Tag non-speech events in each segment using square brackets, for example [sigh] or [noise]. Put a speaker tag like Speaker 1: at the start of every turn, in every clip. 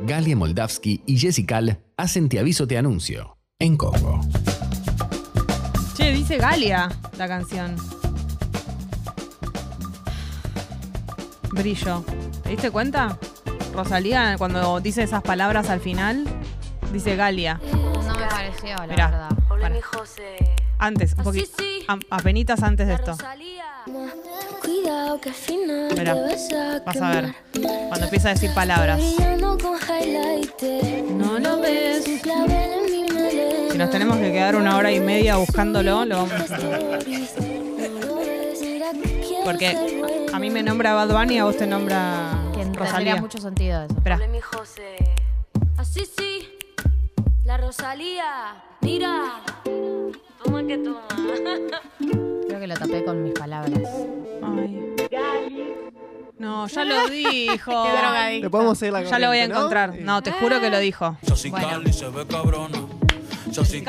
Speaker 1: Galia Moldavsky y Jessical hacen Te aviso, te anuncio en Congo.
Speaker 2: Che, dice Galia la canción. Brillo. ¿Te diste cuenta? Rosalía, cuando dice esas palabras al final, dice Galia.
Speaker 3: No me pareció, la
Speaker 2: Mirá.
Speaker 3: verdad.
Speaker 4: Hola, mi José.
Speaker 3: Ah,
Speaker 2: Antes, un poquito. Ah, Apenitas antes de esto.
Speaker 5: Cuidado que al final
Speaker 2: Verá,
Speaker 5: te vas a
Speaker 2: Vas a ver.
Speaker 5: quemar.
Speaker 2: Cuando empieza a decir palabras.
Speaker 5: Brillando con highlighter.
Speaker 2: No lo ves.
Speaker 5: Un clavel en mi melena.
Speaker 2: Si nos tenemos que quedar una hora y media buscándolo, lo vamos.
Speaker 5: Stories. No lo ves. Mira que quiero ser
Speaker 2: Porque
Speaker 5: buena.
Speaker 2: a mí me nombra Bad Bunny, a vos te nombra
Speaker 3: Que tendría
Speaker 2: Rosalía.
Speaker 3: mucho sentido eso.
Speaker 2: Esperá.
Speaker 4: Hola, mi José.
Speaker 5: Así sí. La Rosalía. Mira.
Speaker 4: Toma que toma.
Speaker 3: Creo que lo tapé con mis palabras.
Speaker 2: Ay. No, ya [laughs] lo dijo.
Speaker 6: Le podemos seguir la
Speaker 2: Ya lo voy a
Speaker 6: corriente, ¿no?
Speaker 2: encontrar. No, te juro que lo dijo.
Speaker 3: Bueno.
Speaker 7: se ve cabrona. Sosi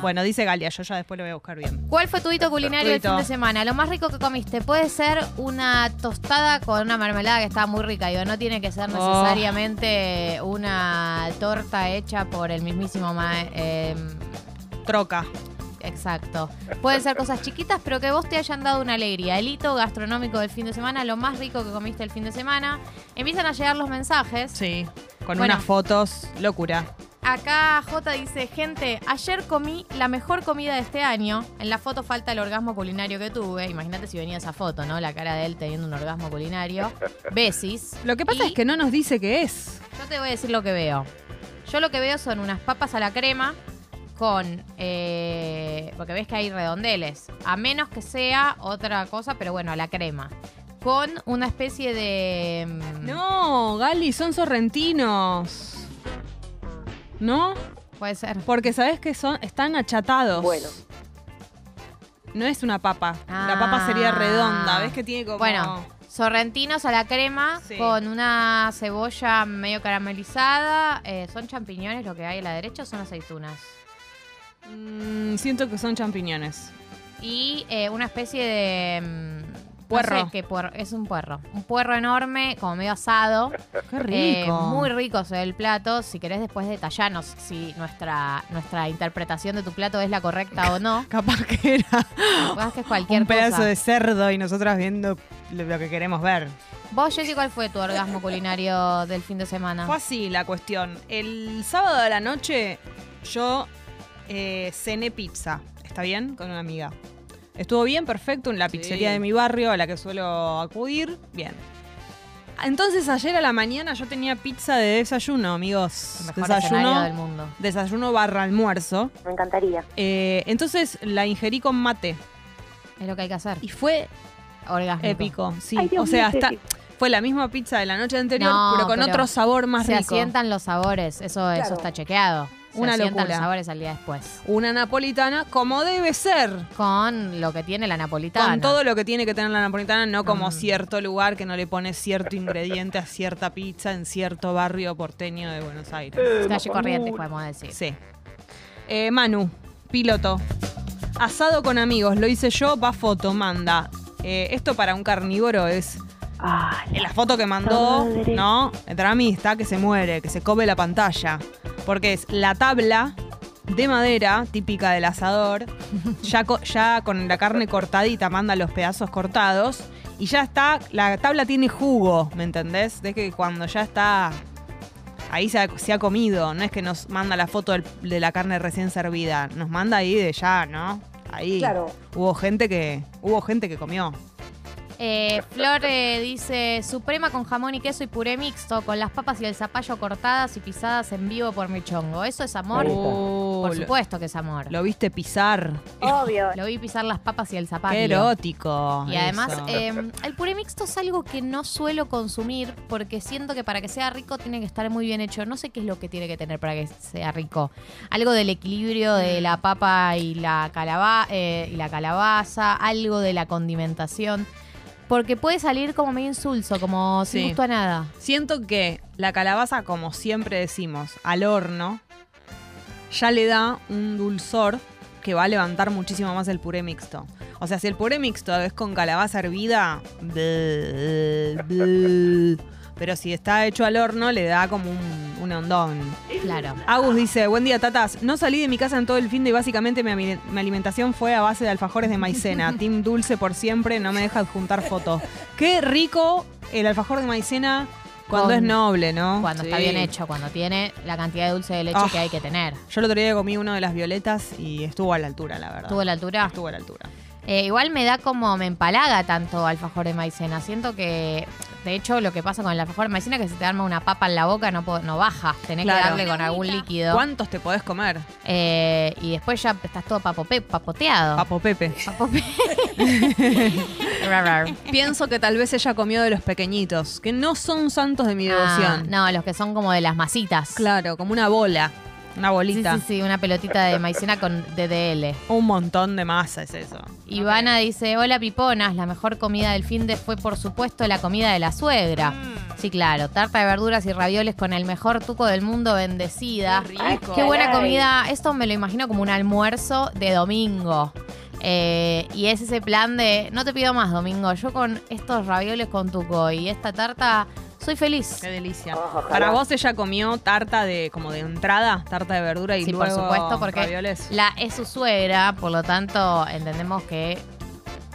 Speaker 2: Bueno, dice Galia, yo ya después lo voy a buscar bien.
Speaker 3: ¿Cuál fue tu hito culinario el
Speaker 2: Tuito.
Speaker 3: fin de semana? Lo más rico que comiste. Puede ser una tostada con una mermelada que está muy rica. Digo, no tiene que
Speaker 2: Oh.
Speaker 3: ser necesariamente una torta hecha por el mismísimo ma eh,
Speaker 2: Troca.
Speaker 3: Exacto. Pueden ser cosas chiquitas, pero que vos te hayan dado una alegría. El hito gastronómico del fin de semana, lo más rico que comiste el fin de semana. Empiezan a llegar los mensajes.
Speaker 2: Sí. Con
Speaker 3: Bueno.
Speaker 2: unas fotos. Locura.
Speaker 3: Acá J dice, gente, ayer comí la mejor comida de este año. En la foto falta el orgasmo culinario que tuve. Imagínate si venía esa foto, ¿no? La cara de él teniendo un orgasmo culinario. Besis.
Speaker 2: Lo que pasa
Speaker 3: Y
Speaker 2: es que no nos dice qué es.
Speaker 3: Yo te voy a decir lo que veo. Yo lo que veo son unas papas a la crema con... eh, porque ves que hay redondeles. A menos que sea otra cosa, pero bueno, a la crema. Con una especie de... mm,
Speaker 2: No, Gali, son sorrentinos. ¿No?
Speaker 3: Puede ser.
Speaker 2: Porque sabes que son, están achatados.
Speaker 4: Bueno.
Speaker 2: No es una papa.
Speaker 3: Ah.
Speaker 2: La papa sería redonda. ¿Ves que tiene como.
Speaker 3: Bueno, sorrentinos a la crema
Speaker 2: Sí.
Speaker 3: con una cebolla medio caramelizada. Eh, ¿Son champiñones lo que hay a la derecha o son aceitunas?
Speaker 2: Mm, siento que son champiñones.
Speaker 3: Y eh, una especie de... mm, no
Speaker 2: Puerro.
Speaker 3: sé qué puerro. Es un puerro. Un puerro enorme, como medio asado.
Speaker 2: Qué rico.
Speaker 3: Eh, muy rico se ve el plato. Si querés después detallanos si nuestra, nuestra interpretación de tu plato es la correcta o no.
Speaker 2: Capaz que era
Speaker 3: Capaz que es cualquier
Speaker 2: un pedazo
Speaker 3: cosa.
Speaker 2: de cerdo y nosotras viendo lo lo que queremos ver.
Speaker 3: Vos, Jessy, ¿cuál fue tu orgasmo culinario del fin de semana?
Speaker 2: Fue así la cuestión. El sábado de la noche yo eh, cené pizza. ¿Está bien? Con una amiga. Estuvo bien, perfecto, en la pizzería de mi barrio a la que suelo acudir. Bien. Entonces ayer a la mañana yo tenía pizza de desayuno, amigos.
Speaker 3: El mejor escenario del
Speaker 2: Desayuno,
Speaker 3: mundo.
Speaker 2: desayuno barra almuerzo.
Speaker 4: Me encantaría.
Speaker 2: Eh, entonces la ingerí con mate
Speaker 3: Es lo que hay que hacer.
Speaker 2: y fue
Speaker 3: Orgasmo.
Speaker 2: épico. Sí,
Speaker 4: Ay, Dios
Speaker 2: o sea,
Speaker 4: mío,
Speaker 2: hasta-
Speaker 4: Ceci.
Speaker 2: fue la misma pizza de la noche anterior,
Speaker 3: No,
Speaker 2: pero con
Speaker 3: pero
Speaker 2: otro sabor más
Speaker 3: Se
Speaker 2: rico.
Speaker 3: asientan los sabores, eso, eso
Speaker 4: Claro.
Speaker 3: está chequeado. Se
Speaker 2: Una
Speaker 3: asientan
Speaker 2: locura.
Speaker 3: los sabores al día después.
Speaker 2: Una napolitana como debe ser.
Speaker 3: Con lo que tiene la napolitana.
Speaker 2: Con todo lo que tiene que tener la napolitana, no como
Speaker 3: Mm.
Speaker 2: cierto lugar que no le pone cierto ingrediente a cierta pizza en cierto barrio porteño de Buenos Aires.
Speaker 3: Calle corriente, podemos decir.
Speaker 2: Sí. Eh, Manu, piloto. Asado con amigos, lo hice yo, va foto, manda. Eh, esto para un carnívoro es
Speaker 4: Ay,
Speaker 2: la foto que mandó,
Speaker 4: Madre.
Speaker 2: ¿no? Drami está que se muere, que se come la pantalla. Porque es la tabla de madera, típica del asador, ya, co- ya con la carne cortadita, manda los pedazos cortados. Y ya está, la tabla tiene jugo, ¿me entendés? De que cuando ya está. Ahí se ha, se ha comido, no es que nos manda la foto del- de la carne recién servida, nos manda ahí de ya, ¿no? Ahí
Speaker 4: Claro.
Speaker 2: hubo gente que hubo gente que comió.
Speaker 3: Eh, Flor eh, dice: Suprema con jamón y queso y puré mixto, con las papas y el zapallo cortadas y pisadas en vivo por mi chongo. ¿Eso es amor?
Speaker 2: Oh,
Speaker 3: por
Speaker 2: lo-
Speaker 3: supuesto que es amor. Lo,
Speaker 2: Lo viste pisar.
Speaker 4: obvio.
Speaker 3: vi pisar las papas y el zapallo.
Speaker 2: Qué erótico.
Speaker 3: Y además,
Speaker 2: eso.
Speaker 3: eh, el puré mixto es algo que no suelo consumir porque siento que para que sea rico tiene que estar muy bien hecho. No sé qué es lo que tiene que tener para que sea rico. Algo del equilibrio
Speaker 2: Mm.
Speaker 3: de la papa y la, calaba- eh, y la calabaza, algo de la condimentación. Porque puede salir como medio insulso, como sin
Speaker 2: Sí.
Speaker 3: gusto a nada.
Speaker 2: siento que la calabaza, como siempre decimos, al horno, ya le da un dulzor que va a levantar muchísimo más el puré mixto. O sea, si el puré mixto es con calabaza hervida, bleh, bleh. Pero si está hecho al horno, le da como un, un hondón.
Speaker 3: Claro.
Speaker 2: Agus dice, buen día, tatas. No salí de mi casa en todo el fin de y básicamente mi, ami- mi alimentación fue a base de alfajores de
Speaker 3: [laughs]
Speaker 2: maicena. Team dulce por siempre, no me deja adjuntar fotos. Qué rico el alfajor de maicena cuando
Speaker 3: Con-
Speaker 2: es noble, ¿no?
Speaker 3: Cuando está
Speaker 2: Sí.
Speaker 3: bien hecho, cuando tiene la cantidad de dulce de leche
Speaker 2: Ah.
Speaker 3: que hay que tener.
Speaker 2: Yo el otro día comí uno de las violetas y estuvo a la altura, la verdad.
Speaker 3: ¿Tuvo la altura?
Speaker 2: Estuvo a la altura.
Speaker 3: Eh, igual me da como, me empalaga tanto alfajor de maicena. Siento que, de hecho, lo que pasa con el alfajor de maicena es que si te arma una papa en la boca no, po- no baja. Tenés
Speaker 2: Claro.
Speaker 3: que darle con algún líquido.
Speaker 2: ¿Cuántos te podés comer?
Speaker 3: Eh, y después ya estás todo papope- papoteado.
Speaker 2: Papo
Speaker 3: [laughs]
Speaker 2: Pepe.
Speaker 3: Papope. Rar, rar. [laughs]
Speaker 2: Pienso que tal vez ella comió de los pequeñitos, que no son santos de mi
Speaker 3: Ah,
Speaker 2: devoción.
Speaker 3: no, los que son como de las masitas.
Speaker 2: Claro, como una bola, una
Speaker 3: Sí,
Speaker 2: bolita.
Speaker 3: sí, sí, una pelotita de maicena con DDL.
Speaker 2: Un montón de masa es eso.
Speaker 3: Ivana dice, hola piponas, la mejor comida del fin de fue por supuesto la comida de la suegra.
Speaker 2: Mm.
Speaker 3: Sí, claro, tarta de verduras y ravioles con el mejor tuco del mundo, bendecida.
Speaker 2: rico.
Speaker 3: Qué buena
Speaker 4: Caray.
Speaker 3: comida, esto me lo imagino como un almuerzo de domingo. Eh, y es ese plan de, no te pido más domingo, yo con estos ravioles con tuco y esta tarta, soy feliz.
Speaker 2: Qué delicia.
Speaker 4: Oh, ojalá.
Speaker 2: Para vos ella comió tarta de como de entrada, tarta de verdura y
Speaker 3: Sí, por
Speaker 2: luego
Speaker 3: supuesto, porque
Speaker 2: ravioles.
Speaker 3: La es su suegra, por lo tanto entendemos que,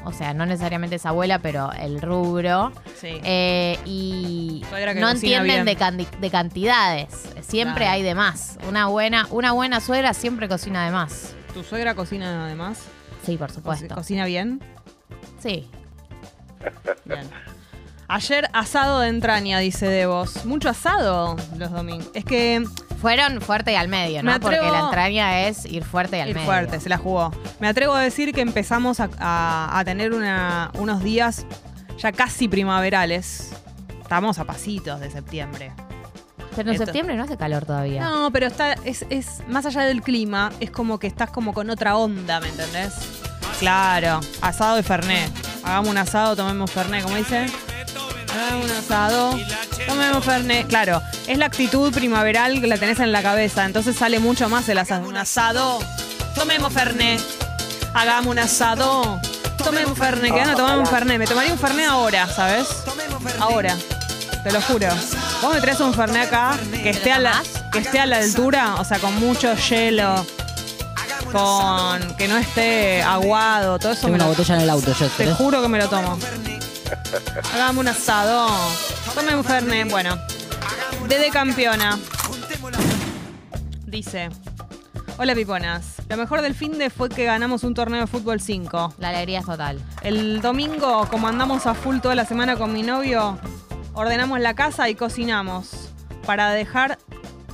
Speaker 3: o sea, no necesariamente es abuela, pero el rubro.
Speaker 2: Sí.
Speaker 3: Eh, y
Speaker 2: Suegra que
Speaker 3: no
Speaker 2: cocina bien.
Speaker 3: entienden de, candi- de cantidades. Siempre
Speaker 2: Claro.
Speaker 3: hay de más. Una buena, una buena suegra siempre cocina de más.
Speaker 2: ¿Tu suegra cocina además?
Speaker 3: Sí, por
Speaker 2: Co-
Speaker 3: supuesto.
Speaker 2: ¿Cocina bien?
Speaker 3: Sí.
Speaker 2: Bien. Ayer asado de entraña, dice Devos. Mucho asado los domingos. Es que
Speaker 3: Fueron fuerte y al medio, ¿no?
Speaker 2: Me atrevo-
Speaker 3: Porque la entraña es ir fuerte y al
Speaker 2: ir
Speaker 3: medio.
Speaker 2: fuerte, se la jugó. Me atrevo a decir que empezamos a, a- a tener una- unos días ya casi primaverales. Estamos a pasitos de septiembre.
Speaker 3: Pero en
Speaker 2: Esto-
Speaker 3: septiembre no hace calor todavía.
Speaker 2: No, pero está, es, es más allá del clima, es como que estás como con otra onda, ¿me entendés? Claro, asado y fernet. Hagamos un asado, tomemos fernet, como dicen. Hagamos un asado, tomemos fernet. Claro, es la actitud primaveral que la tenés en la cabeza, entonces sale mucho más el asado. Un asado, tomemos fernet. Hagamos un asado, tomemos fernet. Que no tomamos fernet. Me tomaría un fernet ahora, ¿sabes? Ahora. Te lo juro. Vos me traes un Fernet acá que esté, a la, que esté a la altura, o sea, con mucho hielo, con que no esté aguado, todo eso
Speaker 6: Tengo
Speaker 2: me
Speaker 6: una
Speaker 2: lo,
Speaker 6: botella en el auto, yo
Speaker 2: Te
Speaker 6: ¿querés?
Speaker 2: juro que me lo tomo. Hagamos un asado. Tome un Fernet. Bueno, desde campeona. Dice. Hola Piponas, lo mejor del fin de fue que ganamos un torneo de fútbol 5.
Speaker 3: La alegría es total.
Speaker 2: El domingo, como andamos a full toda la semana con mi novio, ordenamos la casa y cocinamos para dejar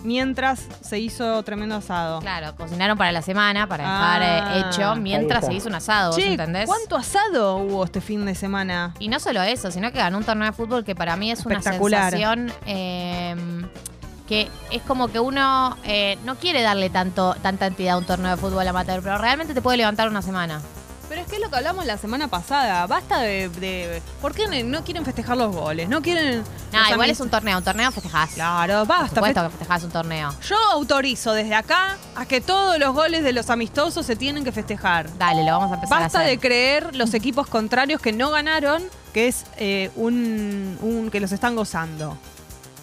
Speaker 2: mientras se hizo tremendo asado.
Speaker 3: Claro, cocinaron para la semana, para
Speaker 2: Ah.
Speaker 3: dejar eh, hecho, mientras se hizo un asado, ¿vos
Speaker 2: Che,
Speaker 3: entendés?
Speaker 2: ¿cuánto asado hubo este fin de semana?
Speaker 3: Y no solo eso, sino que ganó un torneo de fútbol que para mí es una
Speaker 2: Espectacular.
Speaker 3: sensación eh, que es como que uno eh, no quiere darle tanto tanta entidad a un torneo de fútbol amateur, pero realmente te puede levantar una semana.
Speaker 2: Pero es que es lo que hablamos la semana pasada. Basta de. de- ¿Por qué ne- no quieren festejar los goles? No quieren.
Speaker 3: No,
Speaker 2: los
Speaker 3: igual
Speaker 2: amist-
Speaker 3: es un torneo, un torneo festejás.
Speaker 2: Claro,
Speaker 3: Por
Speaker 2: basta.
Speaker 3: supuesto que festejás un torneo.
Speaker 2: fe- Yo autorizo desde acá a que todos los goles de los amistosos se tienen que festejar.
Speaker 3: Dale, lo vamos a empezar
Speaker 2: Basta
Speaker 3: a
Speaker 2: de
Speaker 3: hacer.
Speaker 2: creer los equipos contrarios que no ganaron, que es eh, un, un- que los están gozando.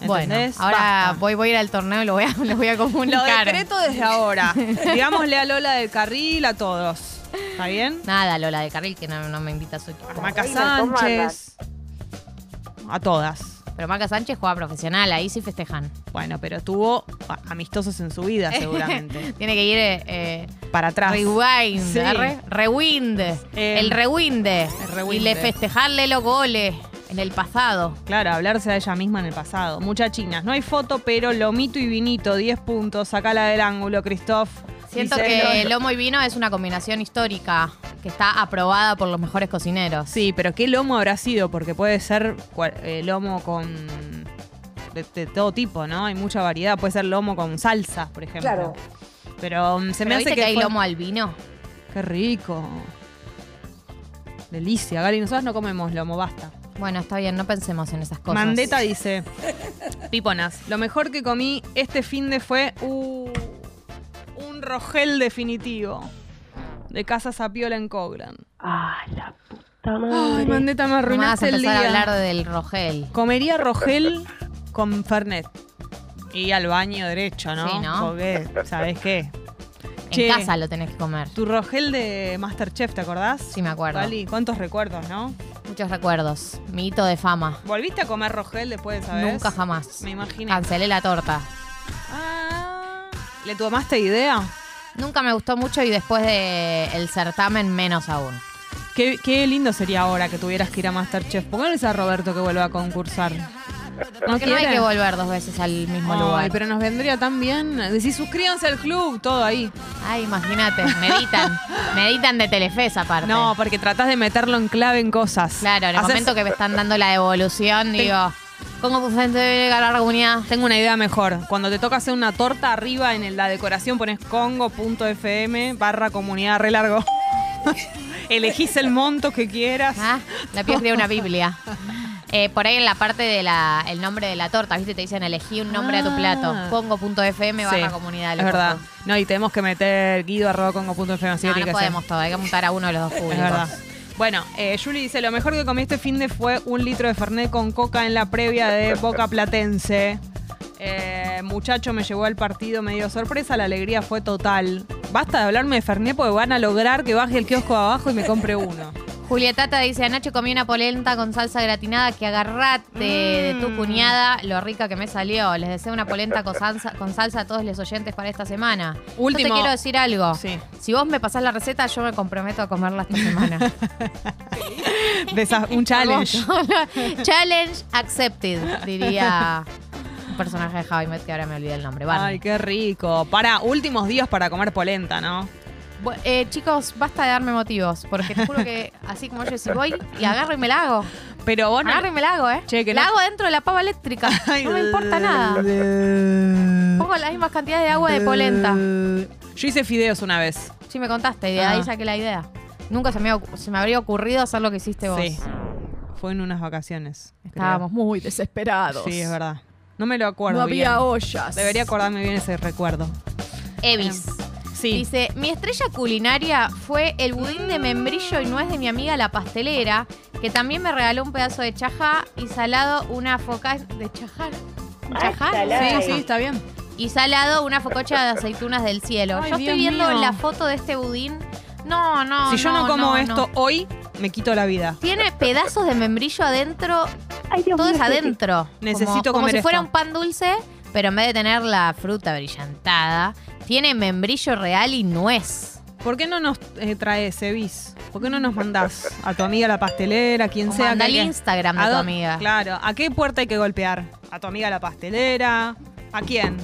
Speaker 3: bueno,
Speaker 2: ¿Entendés?
Speaker 3: ahora
Speaker 2: Basta.
Speaker 3: voy, voy a ir al torneo y lo voy a, [laughs] lo voy a
Speaker 2: Lo
Speaker 3: comunicar.
Speaker 2: decreto desde
Speaker 3: [laughs]
Speaker 2: ahora. Digámosle a Lola del Carril a todos. ¿Está bien?
Speaker 3: Nada, Lola de Carril, que no, no me invita a su equipo.
Speaker 2: A Maca
Speaker 4: Ay, me toman
Speaker 2: Sánchez. A todas.
Speaker 3: Pero Maca Sánchez juega profesional, ahí sí festejan.
Speaker 2: Bueno, pero tuvo a- amistosos en su vida,
Speaker 3: [laughs]
Speaker 2: seguramente.
Speaker 3: Tiene que ir eh, eh,
Speaker 2: Para atrás.
Speaker 3: Rewind,
Speaker 2: Sí. Eh,
Speaker 3: arre, rewind, el rewind, y
Speaker 2: rewind.
Speaker 3: le festejarle los goles en el pasado.
Speaker 2: Claro, hablarse a ella misma en el pasado. Muchachinas, no hay foto, pero Lomito y Vinito, 10 puntos. Sacala del ángulo, Christoph.
Speaker 3: Siento
Speaker 2: Dice
Speaker 3: que
Speaker 2: Lola.
Speaker 3: el lomo y vino es una combinación histórica que está aprobada por los mejores cocineros.
Speaker 2: Sí, pero ¿qué lomo habrá sido? Porque puede ser cual- eh, lomo con. De, de todo tipo, ¿no? Hay mucha variedad. Puede ser lomo con salsa, por ejemplo.
Speaker 4: Claro.
Speaker 2: Pero mm, se
Speaker 3: Pero
Speaker 2: me hace
Speaker 3: viste
Speaker 2: que.
Speaker 3: que, hay
Speaker 2: fue-
Speaker 3: lomo al vino.
Speaker 2: Qué rico. Delicia, Gali. Nosotros no comemos lomo, basta.
Speaker 3: Bueno, está bien, no pensemos en esas cosas.
Speaker 2: Mandeta dice: [laughs] Piponas, lo mejor que comí este fin de fue uh, un rogel definitivo de Casa Sapiola en Coglan.
Speaker 4: Ay, Ah, la puta
Speaker 2: Ay,
Speaker 4: madre.
Speaker 2: Mandeta, me
Speaker 3: No me vas a
Speaker 2: arruinaste el
Speaker 3: empezar a
Speaker 2: día.
Speaker 3: hablar del Rogel.
Speaker 2: Comería rogel con Fernet. Y al baño derecho, ¿no?
Speaker 3: Sí, ¿no?
Speaker 2: Porque, ¿sabés qué?
Speaker 3: En
Speaker 2: Che.
Speaker 3: casa lo tenés que comer.
Speaker 2: Tu rogel de Masterchef, ¿te acordás?
Speaker 3: Sí, me acuerdo.
Speaker 2: Vali, cuántos recuerdos, ¿no?
Speaker 3: Muchos recuerdos. Mi hito de fama.
Speaker 2: ¿Volviste a comer rogel después de esa vez?
Speaker 3: Nunca jamás.
Speaker 2: Me imaginé.
Speaker 3: Cancelé la torta.
Speaker 2: Ah, ¿Le tomaste idea?
Speaker 3: Nunca me gustó mucho y después del el certamen menos aún.
Speaker 2: Qué, qué lindo sería ahora que tuvieras que ir a Masterchef. Póngales a Roberto que vuelva a concursar. No
Speaker 3: Porque no hay
Speaker 2: quiere?
Speaker 3: que volver dos veces al mismo
Speaker 2: Ay,
Speaker 3: lugar.
Speaker 2: pero nos vendría tan bien. Decís, suscríbanse al club, todo ahí.
Speaker 3: Ay, imagínate,
Speaker 2: [laughs]
Speaker 3: meditan. meditan de Telefes aparte.
Speaker 2: No, porque tratás de meterlo en clave en cosas.
Speaker 3: Claro, en el
Speaker 2: Hacés-
Speaker 3: momento que me están dando la devolución, digo, ¿cómo se debe ganar la comunidad?
Speaker 2: Tengo una idea mejor. Cuando te toca hacer una torta arriba en el- la decoración pones congo.fm barra comunidad re largo. [laughs] Elegís el monto que quieras.
Speaker 3: Ah, La piel crea una Biblia. Eh, por ahí en la parte del el nombre de la torta, ¿viste? Te dicen elegí un nombre a tu plato.
Speaker 2: Ah.
Speaker 3: Pongo.fm
Speaker 2: Sí,
Speaker 3: barra comunidad.
Speaker 2: Es verdad. No, y tenemos que meter guido arroba congo.fm. así que
Speaker 3: No,
Speaker 2: tiene que
Speaker 3: no
Speaker 2: ser.
Speaker 3: podemos todo, hay que montar a uno de los dos
Speaker 2: Es
Speaker 3: públicos.
Speaker 2: verdad. Bueno, eh, Julie dice, lo mejor que comí este fin de fue un litro de Fernet con coca en la previa de
Speaker 3: [laughs]
Speaker 2: Boca Platense. Eh, muchacho me llevó al partido medio sorpresa, la alegría fue total. Basta de hablarme de Fernet porque van a lograr que baje el kiosco abajo y me compre uno.
Speaker 3: Julietata dice, anoche comí una polenta con salsa gratinada que agarrate de
Speaker 2: Mm.
Speaker 3: tu cuñada, lo rica que me salió. Les deseo una polenta con salsa, con salsa a todos los oyentes para esta semana. Yo
Speaker 2: Último.
Speaker 3: te quiero decir algo.
Speaker 2: Sí.
Speaker 3: Si vos me pasás la receta, yo me comprometo a comerla
Speaker 2: [laughs]
Speaker 3: esta semana.
Speaker 2: De esas-
Speaker 3: [laughs]
Speaker 2: un challenge.
Speaker 3: Challenge accepted, diría un personaje de Javi que ahora me olvidé el nombre. Barney.
Speaker 2: Ay, qué rico. Para, últimos días para comer polenta, ¿no?
Speaker 3: Bu- eh, chicos, basta de darme motivos, porque te juro que así como yo, si voy y agarro y me la hago.
Speaker 2: Pero vos no- [laughs]
Speaker 3: Agarro y me la hago, ¿eh?
Speaker 2: Che, que
Speaker 3: la
Speaker 2: no-
Speaker 3: hago dentro de la pava [laughs] eléctrica. no me importa nada. Pongo la misma cantidad de agua de polenta.
Speaker 2: Yo hice fideos una vez.
Speaker 3: Sí, me contaste, y de ahí
Speaker 2: Ajá.
Speaker 3: saqué la idea. Nunca se me, ocu- se me habría ocurrido hacer lo que hiciste vos.
Speaker 2: Sí. Fue en unas vacaciones. creo.
Speaker 3: Estábamos muy desesperados.
Speaker 2: Sí, es verdad. No me lo acuerdo.
Speaker 6: No
Speaker 2: bien.
Speaker 6: había ollas.
Speaker 2: Debería acordarme bien ese recuerdo.
Speaker 3: Evis.
Speaker 2: Sí.
Speaker 3: Dice, mi estrella culinaria fue el budín de membrillo y nuez de mi amiga la pastelera, que también me regaló un pedazo de chajá y salado una foca de chajar. ¿Un chajar?
Speaker 2: sí, sí, está bien.
Speaker 3: Y salado una fococha de aceitunas del cielo.
Speaker 2: Ay,
Speaker 3: Yo
Speaker 2: Dios
Speaker 3: estoy viendo
Speaker 2: mío.
Speaker 3: la foto de este budín. No, no.
Speaker 2: si yo no, como
Speaker 3: no.
Speaker 2: esto hoy, me quito la vida.
Speaker 3: Tiene pedazos de membrillo adentro,
Speaker 4: Ay, Dios
Speaker 3: todo
Speaker 4: mío,
Speaker 3: es adentro.
Speaker 2: Necesito
Speaker 3: como, como
Speaker 2: comer
Speaker 3: si fuera
Speaker 2: esto.
Speaker 3: un pan dulce, pero en vez de tener la fruta brillantada, tiene membrillo real y nuez.
Speaker 2: ¿Por qué no nos eh, traes, Evis? ¿Por qué no nos mandás a tu amiga la pastelera, a quien
Speaker 3: O
Speaker 2: sea?
Speaker 3: manda
Speaker 2: que-
Speaker 3: el Instagram de
Speaker 2: ¿A
Speaker 3: tu
Speaker 2: dó-
Speaker 3: amiga.
Speaker 2: Claro. ¿A qué puerta hay que golpear? ¿A tu amiga la pastelera? ¿A quién?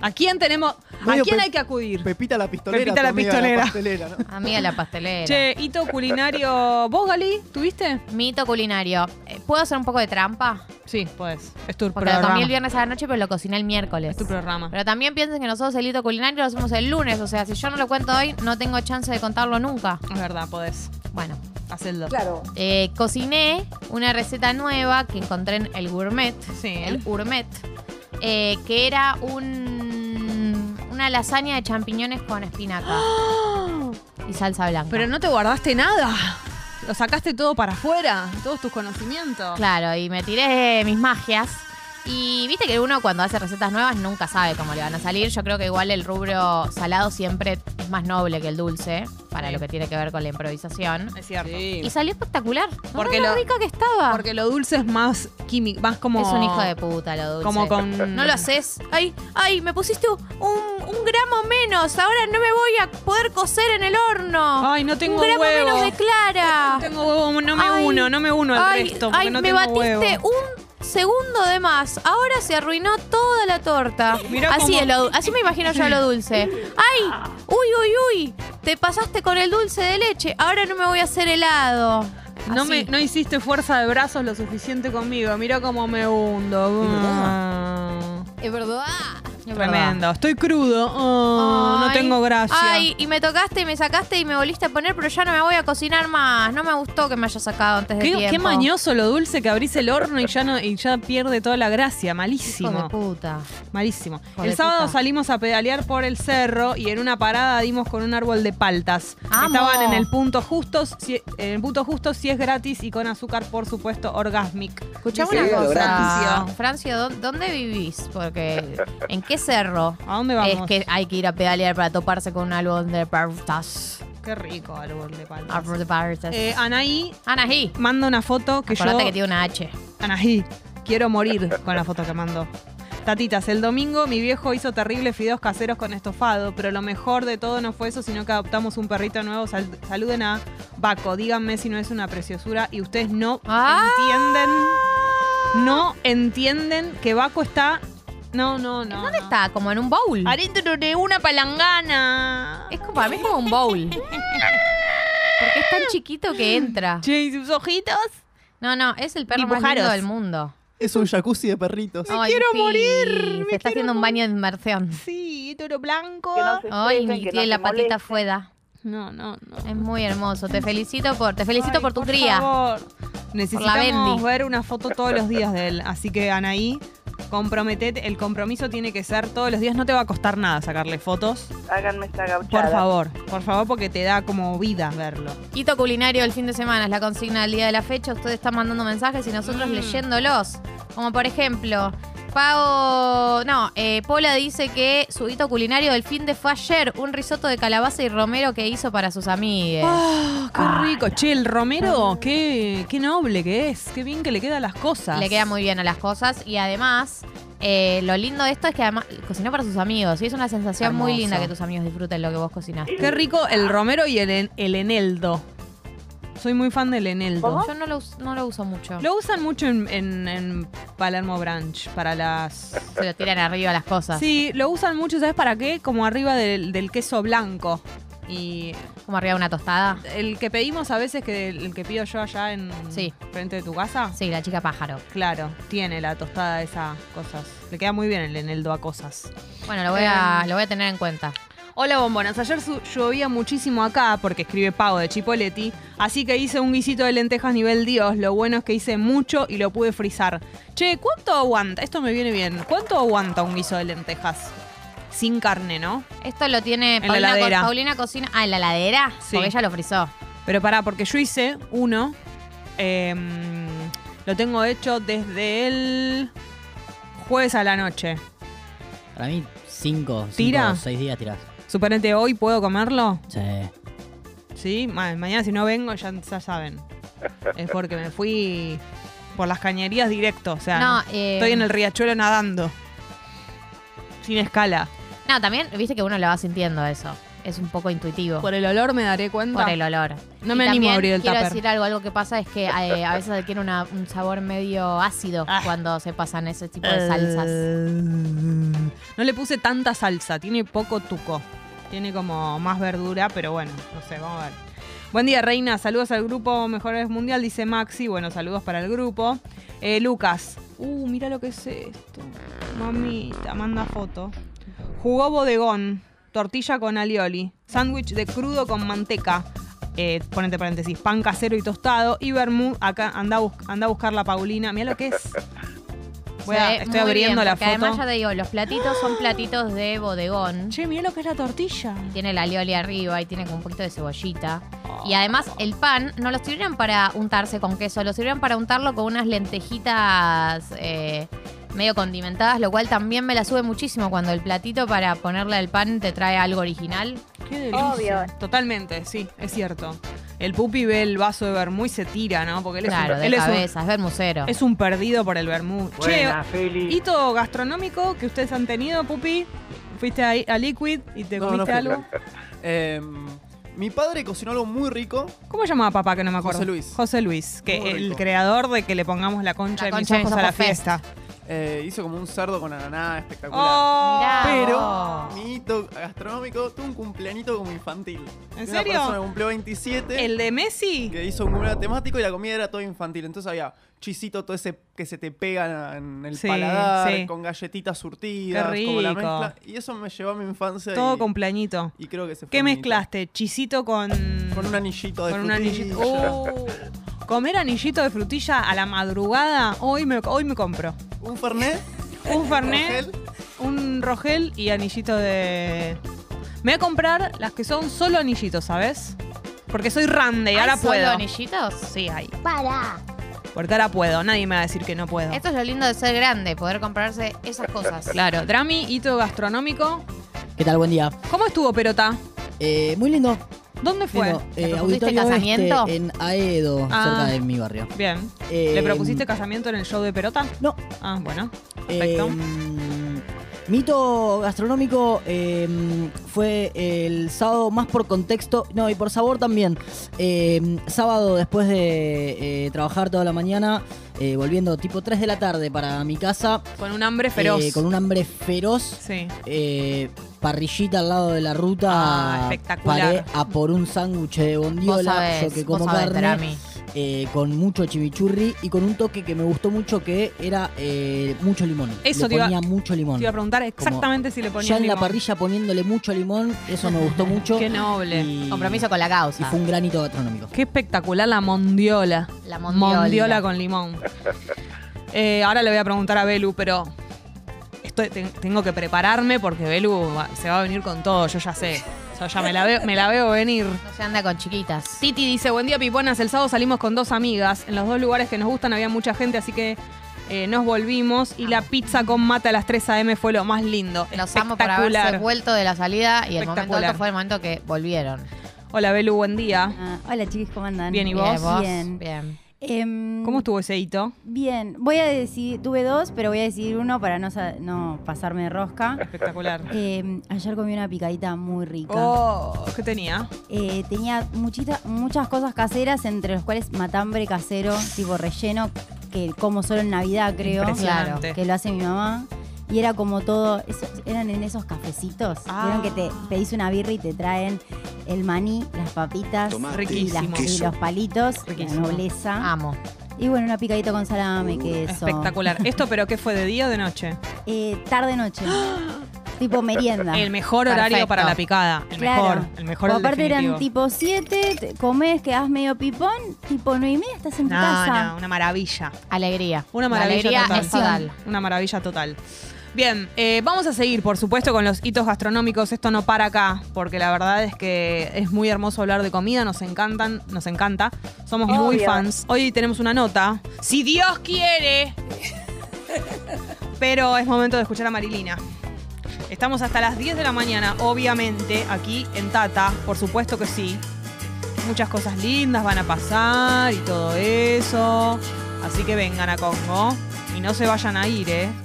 Speaker 2: ¿A quién tenemos? ¿A
Speaker 6: Medio
Speaker 2: quién
Speaker 6: pe-
Speaker 2: hay que acudir?
Speaker 6: Pepita la pistolera.
Speaker 2: Pepita la
Speaker 6: tu amiga,
Speaker 2: pistolera.
Speaker 6: pastelera, ¿no?
Speaker 3: Amiga la pastelera.
Speaker 2: Che, hito culinario. ¿Vos, Gali, tuviste?
Speaker 3: Mito culinario. Eh, ¿Puedo hacer un poco de trampa?
Speaker 2: Sí, podés. Es tu
Speaker 3: Porque lo
Speaker 2: programa.
Speaker 3: comí el viernes a la noche, pero lo cociné el miércoles.
Speaker 2: Es tu programa.
Speaker 3: Pero también piensen que nosotros el hito culinario lo hacemos el lunes. O sea, si yo no lo cuento hoy, no tengo chance de contarlo nunca.
Speaker 2: Es verdad, podés.
Speaker 3: Bueno,
Speaker 2: Hacedlo.
Speaker 3: eh, cociné una receta nueva que encontré en el gourmet.
Speaker 2: Sí.
Speaker 3: El gourmet. eh, que era un, una lasaña de champiñones
Speaker 2: [gasps]
Speaker 3: con espinaca. Y salsa blanca.
Speaker 2: Pero no te guardaste nada. Lo sacaste todo para afuera, todos tus conocimientos.
Speaker 3: Claro, y me tiré mis magias. Y viste que uno cuando hace recetas nuevas nunca sabe cómo le van a salir. Yo creo que igual el rubro salado siempre es más noble que el dulce, para
Speaker 2: Sí.
Speaker 3: lo que tiene que ver con la improvisación.
Speaker 2: Es cierto.
Speaker 3: Y salió espectacular.
Speaker 2: Porque
Speaker 3: Porque lo
Speaker 2: lo-
Speaker 3: rica que estaba.
Speaker 2: Porque lo dulce es más químico, más como.
Speaker 3: es un hijo de puta lo dulce.
Speaker 2: Como con.
Speaker 3: No lo haces. Ay, ay, me pusiste un, un gramo menos. Ahora no me voy a poder cocer en el horno.
Speaker 2: Ay, no tengo
Speaker 3: un gramo
Speaker 2: huevo.
Speaker 3: menos de clara.
Speaker 2: [laughs] No tengo huevo, no me
Speaker 3: Ay,
Speaker 2: uno, no me uno al
Speaker 3: Ay,
Speaker 2: resto. porque
Speaker 3: ay,
Speaker 2: no
Speaker 3: me
Speaker 2: tengo
Speaker 3: batiste
Speaker 2: huevo.
Speaker 3: un segundo de más. Ahora se arruinó toda la torta.
Speaker 2: Mirá
Speaker 3: así,
Speaker 2: cómo-
Speaker 3: es lo du- así me imagino yo lo dulce. ¡Ay! ¡Uy, uy, uy! Te pasaste con el dulce de leche. Ahora no me voy a hacer helado.
Speaker 2: No,
Speaker 3: Así.
Speaker 2: me, no hiciste fuerza de brazos lo suficiente conmigo. Mira cómo me hundo.
Speaker 6: verdad.
Speaker 2: Ah.
Speaker 3: Es verdad. Es verdad.
Speaker 2: Tremendo. Estoy crudo. Oh, no
Speaker 3: Ay.
Speaker 2: tengo gracia.
Speaker 3: Ay, y me tocaste y me sacaste y me volviste a poner, pero ya no me voy a cocinar más. No me gustó que me hayas sacado antes de
Speaker 2: Qué,
Speaker 3: tiempo.
Speaker 2: qué mañoso lo dulce que abrís el horno y ya no y ya pierde toda la gracia,
Speaker 3: Hijo de
Speaker 2: malísimo.
Speaker 3: puta.
Speaker 2: Malísimo.
Speaker 3: Hijo de
Speaker 2: el sábado
Speaker 3: puta.
Speaker 2: salimos a pedalear por el cerro y en una parada dimos con un árbol de paltas.
Speaker 3: Amo.
Speaker 2: Estaban en el punto justo, si, en el punto justo si es gratis y con azúcar, por supuesto, orgasmic.
Speaker 3: Escuchame
Speaker 2: Dice,
Speaker 3: una
Speaker 6: lo
Speaker 3: cosa.
Speaker 2: Francio,
Speaker 3: Francio, ¿dó- ¿dónde vivís? Porque ¿en qué cerro?
Speaker 2: ¿A dónde [laughs] vamos?
Speaker 3: Es que hay que ir a pedalear para toparse con un árbol de partas.
Speaker 2: Qué rico árbol de paltas.
Speaker 3: Árbol de partas.
Speaker 2: Eh, Anaí
Speaker 3: Anaí.
Speaker 2: manda una foto que
Speaker 3: Acordate
Speaker 2: yo Ah.
Speaker 3: que tiene una H.
Speaker 2: Anaí, quiero morir con la foto que mandó. Tatitas, el domingo mi viejo hizo terribles fideos caseros con estofado, pero lo mejor de todo no fue eso, sino que adoptamos un perrito nuevo. Sal- saluden a Baco, díganme si no es una preciosura y ustedes no
Speaker 3: Ah.
Speaker 2: entienden, no entienden que Baco está... No, no, no.
Speaker 3: ¿Dónde
Speaker 2: no.
Speaker 3: está? Como en un bowl.
Speaker 2: Adentro de una palangana.
Speaker 3: Es como, para mí es como un bowl. Porque es tan chiquito que entra.
Speaker 2: [laughs] Che, ¿y sus ojitos?
Speaker 3: No, no, es el perro más
Speaker 2: Dibujaros.
Speaker 3: lindo del mundo.
Speaker 6: Es un jacuzzi de perritos.
Speaker 3: Ay,
Speaker 2: quiero
Speaker 3: sí,
Speaker 2: morir,
Speaker 3: Se
Speaker 2: me
Speaker 3: está
Speaker 2: quiero
Speaker 3: haciendo un baño de inmersión.
Speaker 2: Sí, toro blanco.
Speaker 4: Que no se
Speaker 3: Ay,
Speaker 4: estresen,
Speaker 3: y
Speaker 4: que no
Speaker 3: tiene
Speaker 4: se
Speaker 3: la patita
Speaker 4: molesten.
Speaker 3: fuera.
Speaker 2: No, no, no.
Speaker 3: Es muy hermoso. Te felicito por, te felicito
Speaker 2: Ay,
Speaker 3: por tu cría.
Speaker 2: favor. Necesitamos
Speaker 3: Bendy.
Speaker 2: ver una foto todos los días de él. Así que, Anaí, comprometete. El compromiso tiene que ser todos los días. No te va a costar nada sacarle fotos.
Speaker 4: Háganme esta
Speaker 2: Por
Speaker 4: gauchada.
Speaker 2: favor, por favor, porque te da como vida verlo.
Speaker 3: Hito culinario el fin de semana es la consigna del día de la fecha. Ustedes están mandando mensajes y
Speaker 2: Mm.
Speaker 3: nosotros leyéndolos. Como por ejemplo, Pau. No, eh, Pola dice que su hito culinario del fin de fue ayer. Un risotto de calabaza y romero que hizo para sus amigues.
Speaker 2: Ah, qué rico. Che, el Romero, qué, qué noble que es. Qué bien que le quedan las cosas.
Speaker 3: Le queda muy bien a las cosas. Y además, eh, lo lindo de esto es que además cocinó para sus amigos. Y es una sensación muy
Speaker 2: Hermoso.
Speaker 3: linda que tus amigos disfruten lo que vos cocinaste.
Speaker 2: Qué rico el Romero y el, en- el Eneldo. Soy muy fan del Eneldo.
Speaker 3: Yo no lo, us- no lo uso mucho.
Speaker 2: Lo usan mucho en, en- en Palermo Branch para las
Speaker 3: Se lo tiran arriba las cosas.
Speaker 2: Sí, lo usan mucho, ¿sabes para qué? Como arriba del, del queso blanco. Y
Speaker 3: Como arriba de una tostada.
Speaker 2: el que pedimos a veces, que el, que pido yo allá en
Speaker 3: Sí.
Speaker 2: frente de tu casa,
Speaker 3: Sí, la chica pájaro.
Speaker 2: claro, tiene la tostada de esas cosas. Le queda muy bien el eneldo a cosas.
Speaker 3: Bueno, lo voy a,
Speaker 2: Eh,
Speaker 3: lo voy a tener en cuenta.
Speaker 2: Hola bombonas, ayer su- llovía muchísimo acá porque escribe Pau de Chipoletti, así que hice un guisito de lentejas nivel Dios, lo bueno es que hice mucho y lo pude frizar. Che, ¿cuánto aguanta? Esto me viene bien. ¿Cuánto aguanta un guiso de lentejas? Sin carne, ¿no?
Speaker 3: Esto lo tiene
Speaker 2: En la
Speaker 3: Paulina,
Speaker 2: heladera.
Speaker 3: Co- Paulina Cocina. Ah, en la ladera.
Speaker 2: Sí.
Speaker 3: Porque ella lo frizó.
Speaker 2: Pero pará, porque yo hice uno. eh, lo tengo hecho desde el jueves a la noche.
Speaker 8: Para mí, cinco,
Speaker 2: ¿Tira?
Speaker 8: cinco, seis días tirás.
Speaker 2: Suponete, hoy puedo comerlo.
Speaker 8: Sí.
Speaker 2: Sí, Ma- mañana si no vengo, ya, ya saben. Es porque me fui por las cañerías directo. O sea,
Speaker 3: No,
Speaker 2: no- em.
Speaker 3: eh,
Speaker 2: estoy en el riachuelo nadando. Sin escala.
Speaker 3: No, también viste que uno lo va sintiendo eso. Es un poco intuitivo.
Speaker 2: Por el olor me daré cuenta.
Speaker 3: por el olor.
Speaker 2: No
Speaker 3: Y
Speaker 2: me animo
Speaker 3: también
Speaker 2: a abrir el
Speaker 3: Quiero
Speaker 2: tupper.
Speaker 3: decir algo, algo que pasa es que eh, a veces adquiere una- un sabor medio ácido
Speaker 2: Ah. Eh,
Speaker 3: cuando se pasan ese tipo de salsas.
Speaker 2: No le puse tanta salsa, tiene poco tuco. Tiene como más verdura, pero bueno, no sé, vamos a ver. Buen día, Reina. Saludos al grupo Mejores Mundial, dice Maxi. Bueno, saludos para el grupo. Eh, Lucas. Uh, mira lo que es esto. Mamita, manda foto. Jugó bodegón, tortilla con alioli, sándwich de crudo con manteca. Eh, ponete paréntesis, pan casero y tostado. Y vermú, acá anda a, bus- anda a buscar la Paulina. Mira lo que es. Voy a-
Speaker 3: Se ve
Speaker 2: estoy
Speaker 3: muy
Speaker 2: abriendo
Speaker 3: bien,
Speaker 2: la
Speaker 3: porque
Speaker 2: foto.
Speaker 3: Además, ya te digo, los platitos son platitos de bodegón.
Speaker 2: Che, mirá lo que es la tortilla.
Speaker 3: Tiene la alioli arriba y tiene como un poquito de cebollita.
Speaker 2: Ah.
Speaker 3: Y además el pan no lo sirvieron para untarse con queso, lo sirvieron para untarlo con unas lentejitas eh, medio condimentadas, lo cual también me la sube muchísimo cuando el platito para ponerle al pan te trae algo original.
Speaker 2: Qué delicia.
Speaker 4: Obvio.
Speaker 2: Totalmente, sí, es cierto. El pupi ve el vaso de vermú y se tira, ¿no? Porque él es
Speaker 3: claro,
Speaker 2: un,
Speaker 3: de
Speaker 2: él es un-
Speaker 3: cabeza, es vermucero.
Speaker 2: es un perdido por el vermú. che, hito gastronómico que ustedes han tenido, pupi. Fuiste ahí a Liquid y te
Speaker 6: No,
Speaker 2: comiste
Speaker 6: no fui.
Speaker 2: algo.
Speaker 6: Em, mi padre cocinó algo muy rico.
Speaker 2: ¿Cómo llamaba papá que no me acuerdo?
Speaker 6: José Luis.
Speaker 2: José Luis, que
Speaker 6: Muy
Speaker 2: el
Speaker 6: rico.
Speaker 2: creador de que le pongamos la concha,
Speaker 3: La
Speaker 2: de mis
Speaker 3: concha de
Speaker 2: ojos a
Speaker 3: mis
Speaker 2: la
Speaker 3: ojos fest.
Speaker 2: fiesta.
Speaker 6: eh, hizo como un cerdo con ananá espectacular.
Speaker 2: Oh,
Speaker 3: Mirá.
Speaker 6: Pero
Speaker 3: vos.
Speaker 6: mi hito gastronómico tuvo un cumpleañito como infantil.
Speaker 2: ¿En
Speaker 6: Una
Speaker 2: serio?
Speaker 6: persona que cumplió 27
Speaker 2: ¿El de Messi?
Speaker 6: que hizo un cumpleaños temático y la comida era todo infantil. Entonces había chisito todo ese que se te pega en el
Speaker 2: Sí,
Speaker 6: paladar,
Speaker 2: sí.
Speaker 6: con galletitas surtidas,
Speaker 2: Qué
Speaker 6: como la
Speaker 2: rico.
Speaker 6: mezcla. Y eso me llevó a mi infancia.
Speaker 2: Todo
Speaker 6: y,
Speaker 2: cumpleañito.
Speaker 6: y creo que se fue
Speaker 2: ¿Qué
Speaker 6: mi hito.
Speaker 2: mezclaste? Chisito con...
Speaker 6: Con un anillito de
Speaker 2: Con un
Speaker 6: frutilla.
Speaker 2: anillito. Uh, comer anillito de frutilla a la madrugada, hoy me, hoy me compro.
Speaker 6: Un fernet.
Speaker 2: Un fernet,
Speaker 6: Rogel.
Speaker 2: un rogel y anillito de... Me voy a comprar las que son solo anillitos, ¿sabes? Porque soy rande y
Speaker 3: ¿Hay
Speaker 2: ahora
Speaker 3: solo
Speaker 2: puedo.
Speaker 3: anillitos?
Speaker 2: Sí, hay.
Speaker 5: Para.
Speaker 2: Porque ahora puedo, nadie me va a decir que no puedo.
Speaker 3: Esto es lo lindo de ser grande, poder comprarse esas cosas.
Speaker 2: Claro, Drami, hito gastronómico.
Speaker 8: ¿Qué tal? Buen día.
Speaker 2: ¿Cómo estuvo Perota?
Speaker 8: Eh, muy lindo.
Speaker 2: ¿Dónde fue?
Speaker 8: Lindo. Eh,
Speaker 3: ¿Te propusiste
Speaker 8: auditorio
Speaker 3: casamiento?
Speaker 8: Oeste, en Aedo,
Speaker 2: Ah.
Speaker 8: cerca de mi barrio.
Speaker 2: Bien.
Speaker 8: Eh,
Speaker 2: ¿Le propusiste casamiento en el show de Perota?
Speaker 8: No.
Speaker 2: Ah, bueno. Perfecto.
Speaker 8: Eh, mito gastronómico eh, fue el sábado más por contexto, no, y por sabor también. Eh, sábado después de eh, trabajar toda la mañana, eh, volviendo tipo 3 de la tarde para mi casa,
Speaker 2: Con un hambre feroz.
Speaker 8: eh, con un hambre feroz.
Speaker 2: Sí.
Speaker 8: eh, parrillita al lado de la ruta.
Speaker 2: Ah, espectacular.
Speaker 8: Paré a por un sándwich de
Speaker 3: Vos
Speaker 8: bondiola, yo
Speaker 3: sabés,
Speaker 8: que
Speaker 3: vos
Speaker 8: como
Speaker 3: sabés,
Speaker 8: carne,
Speaker 3: Drami.
Speaker 8: eh, con mucho chimichurri y con un toque que me gustó mucho que era eh, mucho limón.
Speaker 2: Eso
Speaker 8: Le
Speaker 2: te iba-
Speaker 8: ponía mucho limón.
Speaker 2: Te iba a preguntar exactamente si le ponías
Speaker 8: ya en la
Speaker 2: limón.
Speaker 8: parrilla poniéndole mucho limón, eso me gustó mucho.
Speaker 2: Qué noble.
Speaker 8: Y-
Speaker 3: Compromiso con la
Speaker 8: Y
Speaker 3: causa.
Speaker 8: fue un granito gastronómico.
Speaker 2: Qué espectacular la mondiola.
Speaker 3: La mondiola.
Speaker 2: con limón. [laughs] Eh, ahora le voy a preguntar a Belu, pero estoy, ten- tengo que prepararme porque Belu va- se va a venir con todo, yo ya sé. Yo ya me la veo, me la veo venir.
Speaker 3: No se anda con chiquitas.
Speaker 2: Titi dice, buen día Piponas, el sábado salimos con dos amigas, en los dos lugares que nos gustan había mucha gente, así que eh, nos volvimos y la pizza con mate a las 3 a.m. fue lo más lindo.
Speaker 3: Los amo por haberse
Speaker 2: Espectacular.
Speaker 3: vuelto de la salida y el momento
Speaker 2: Espectacular.
Speaker 3: alto fue el momento que volvieron.
Speaker 2: Hola Belu, buen día.
Speaker 9: Ah, hola chicos, ¿cómo andan?
Speaker 2: Bien, ¿y
Speaker 3: Bien,
Speaker 2: vos? Mm.
Speaker 3: Bien.
Speaker 9: Bien. Em,
Speaker 2: ¿Cómo estuvo ese hito?
Speaker 9: Bien, voy a decir, tuve dos, pero voy a decidir uno para no, sa- no pasarme de rosca.
Speaker 2: Espectacular.
Speaker 9: Em, ayer comí una picadita muy rica.
Speaker 2: Oh, ¿qué tenía?
Speaker 9: Eh, tenía muchita- muchas cosas caseras, entre las cuales matambre casero, tipo relleno, que como solo en Navidad, creo,
Speaker 2: Impresionante.
Speaker 9: que lo hace mi mamá. Y era como todo, eso- eran en esos cafecitos.
Speaker 2: Ah.
Speaker 9: Vieron que te pedís una birra y te traen el maní, las papitas y, las-
Speaker 2: Riquísimo.
Speaker 9: y los palitos,
Speaker 2: Riquísimo. Ah.
Speaker 9: la nobleza.
Speaker 3: Amo.
Speaker 9: Y bueno, una picadita con salame, queso.
Speaker 2: Espectacular. ¿Esto pero qué fue de día o de noche?
Speaker 9: Eh,
Speaker 2: [gasps]
Speaker 9: tarde noche. tipo merienda.
Speaker 2: El mejor horario
Speaker 3: Perfecto.
Speaker 2: para la picada. El
Speaker 9: Claro.
Speaker 2: mejor. El mejor
Speaker 9: O
Speaker 2: el
Speaker 9: aparte
Speaker 2: definitivo.
Speaker 9: eran tipo 7, comes, quedás medio pipón, tipo 9 y media estás en tu
Speaker 2: No,
Speaker 9: casa.
Speaker 2: no, una maravilla.
Speaker 3: Alegría.
Speaker 2: Una
Speaker 3: La
Speaker 2: maravilla
Speaker 3: Alegría
Speaker 2: total.
Speaker 3: es total.
Speaker 2: Una maravilla total. Bien, eh, vamos a seguir, por supuesto, con los hitos gastronómicos. Esto no para acá, porque la verdad es que es muy hermoso hablar de comida, nos encantan, nos encanta. Somos muy
Speaker 4: Obvio.
Speaker 2: fans. Hoy tenemos una nota. Si Dios quiere. Pero es momento de escuchar a Marilina. Estamos hasta las 10 de la mañana, obviamente, aquí en Tata, por supuesto que sí. Muchas cosas lindas van a pasar y todo eso. Así que vengan a Congo y no se vayan a ir, ¿eh?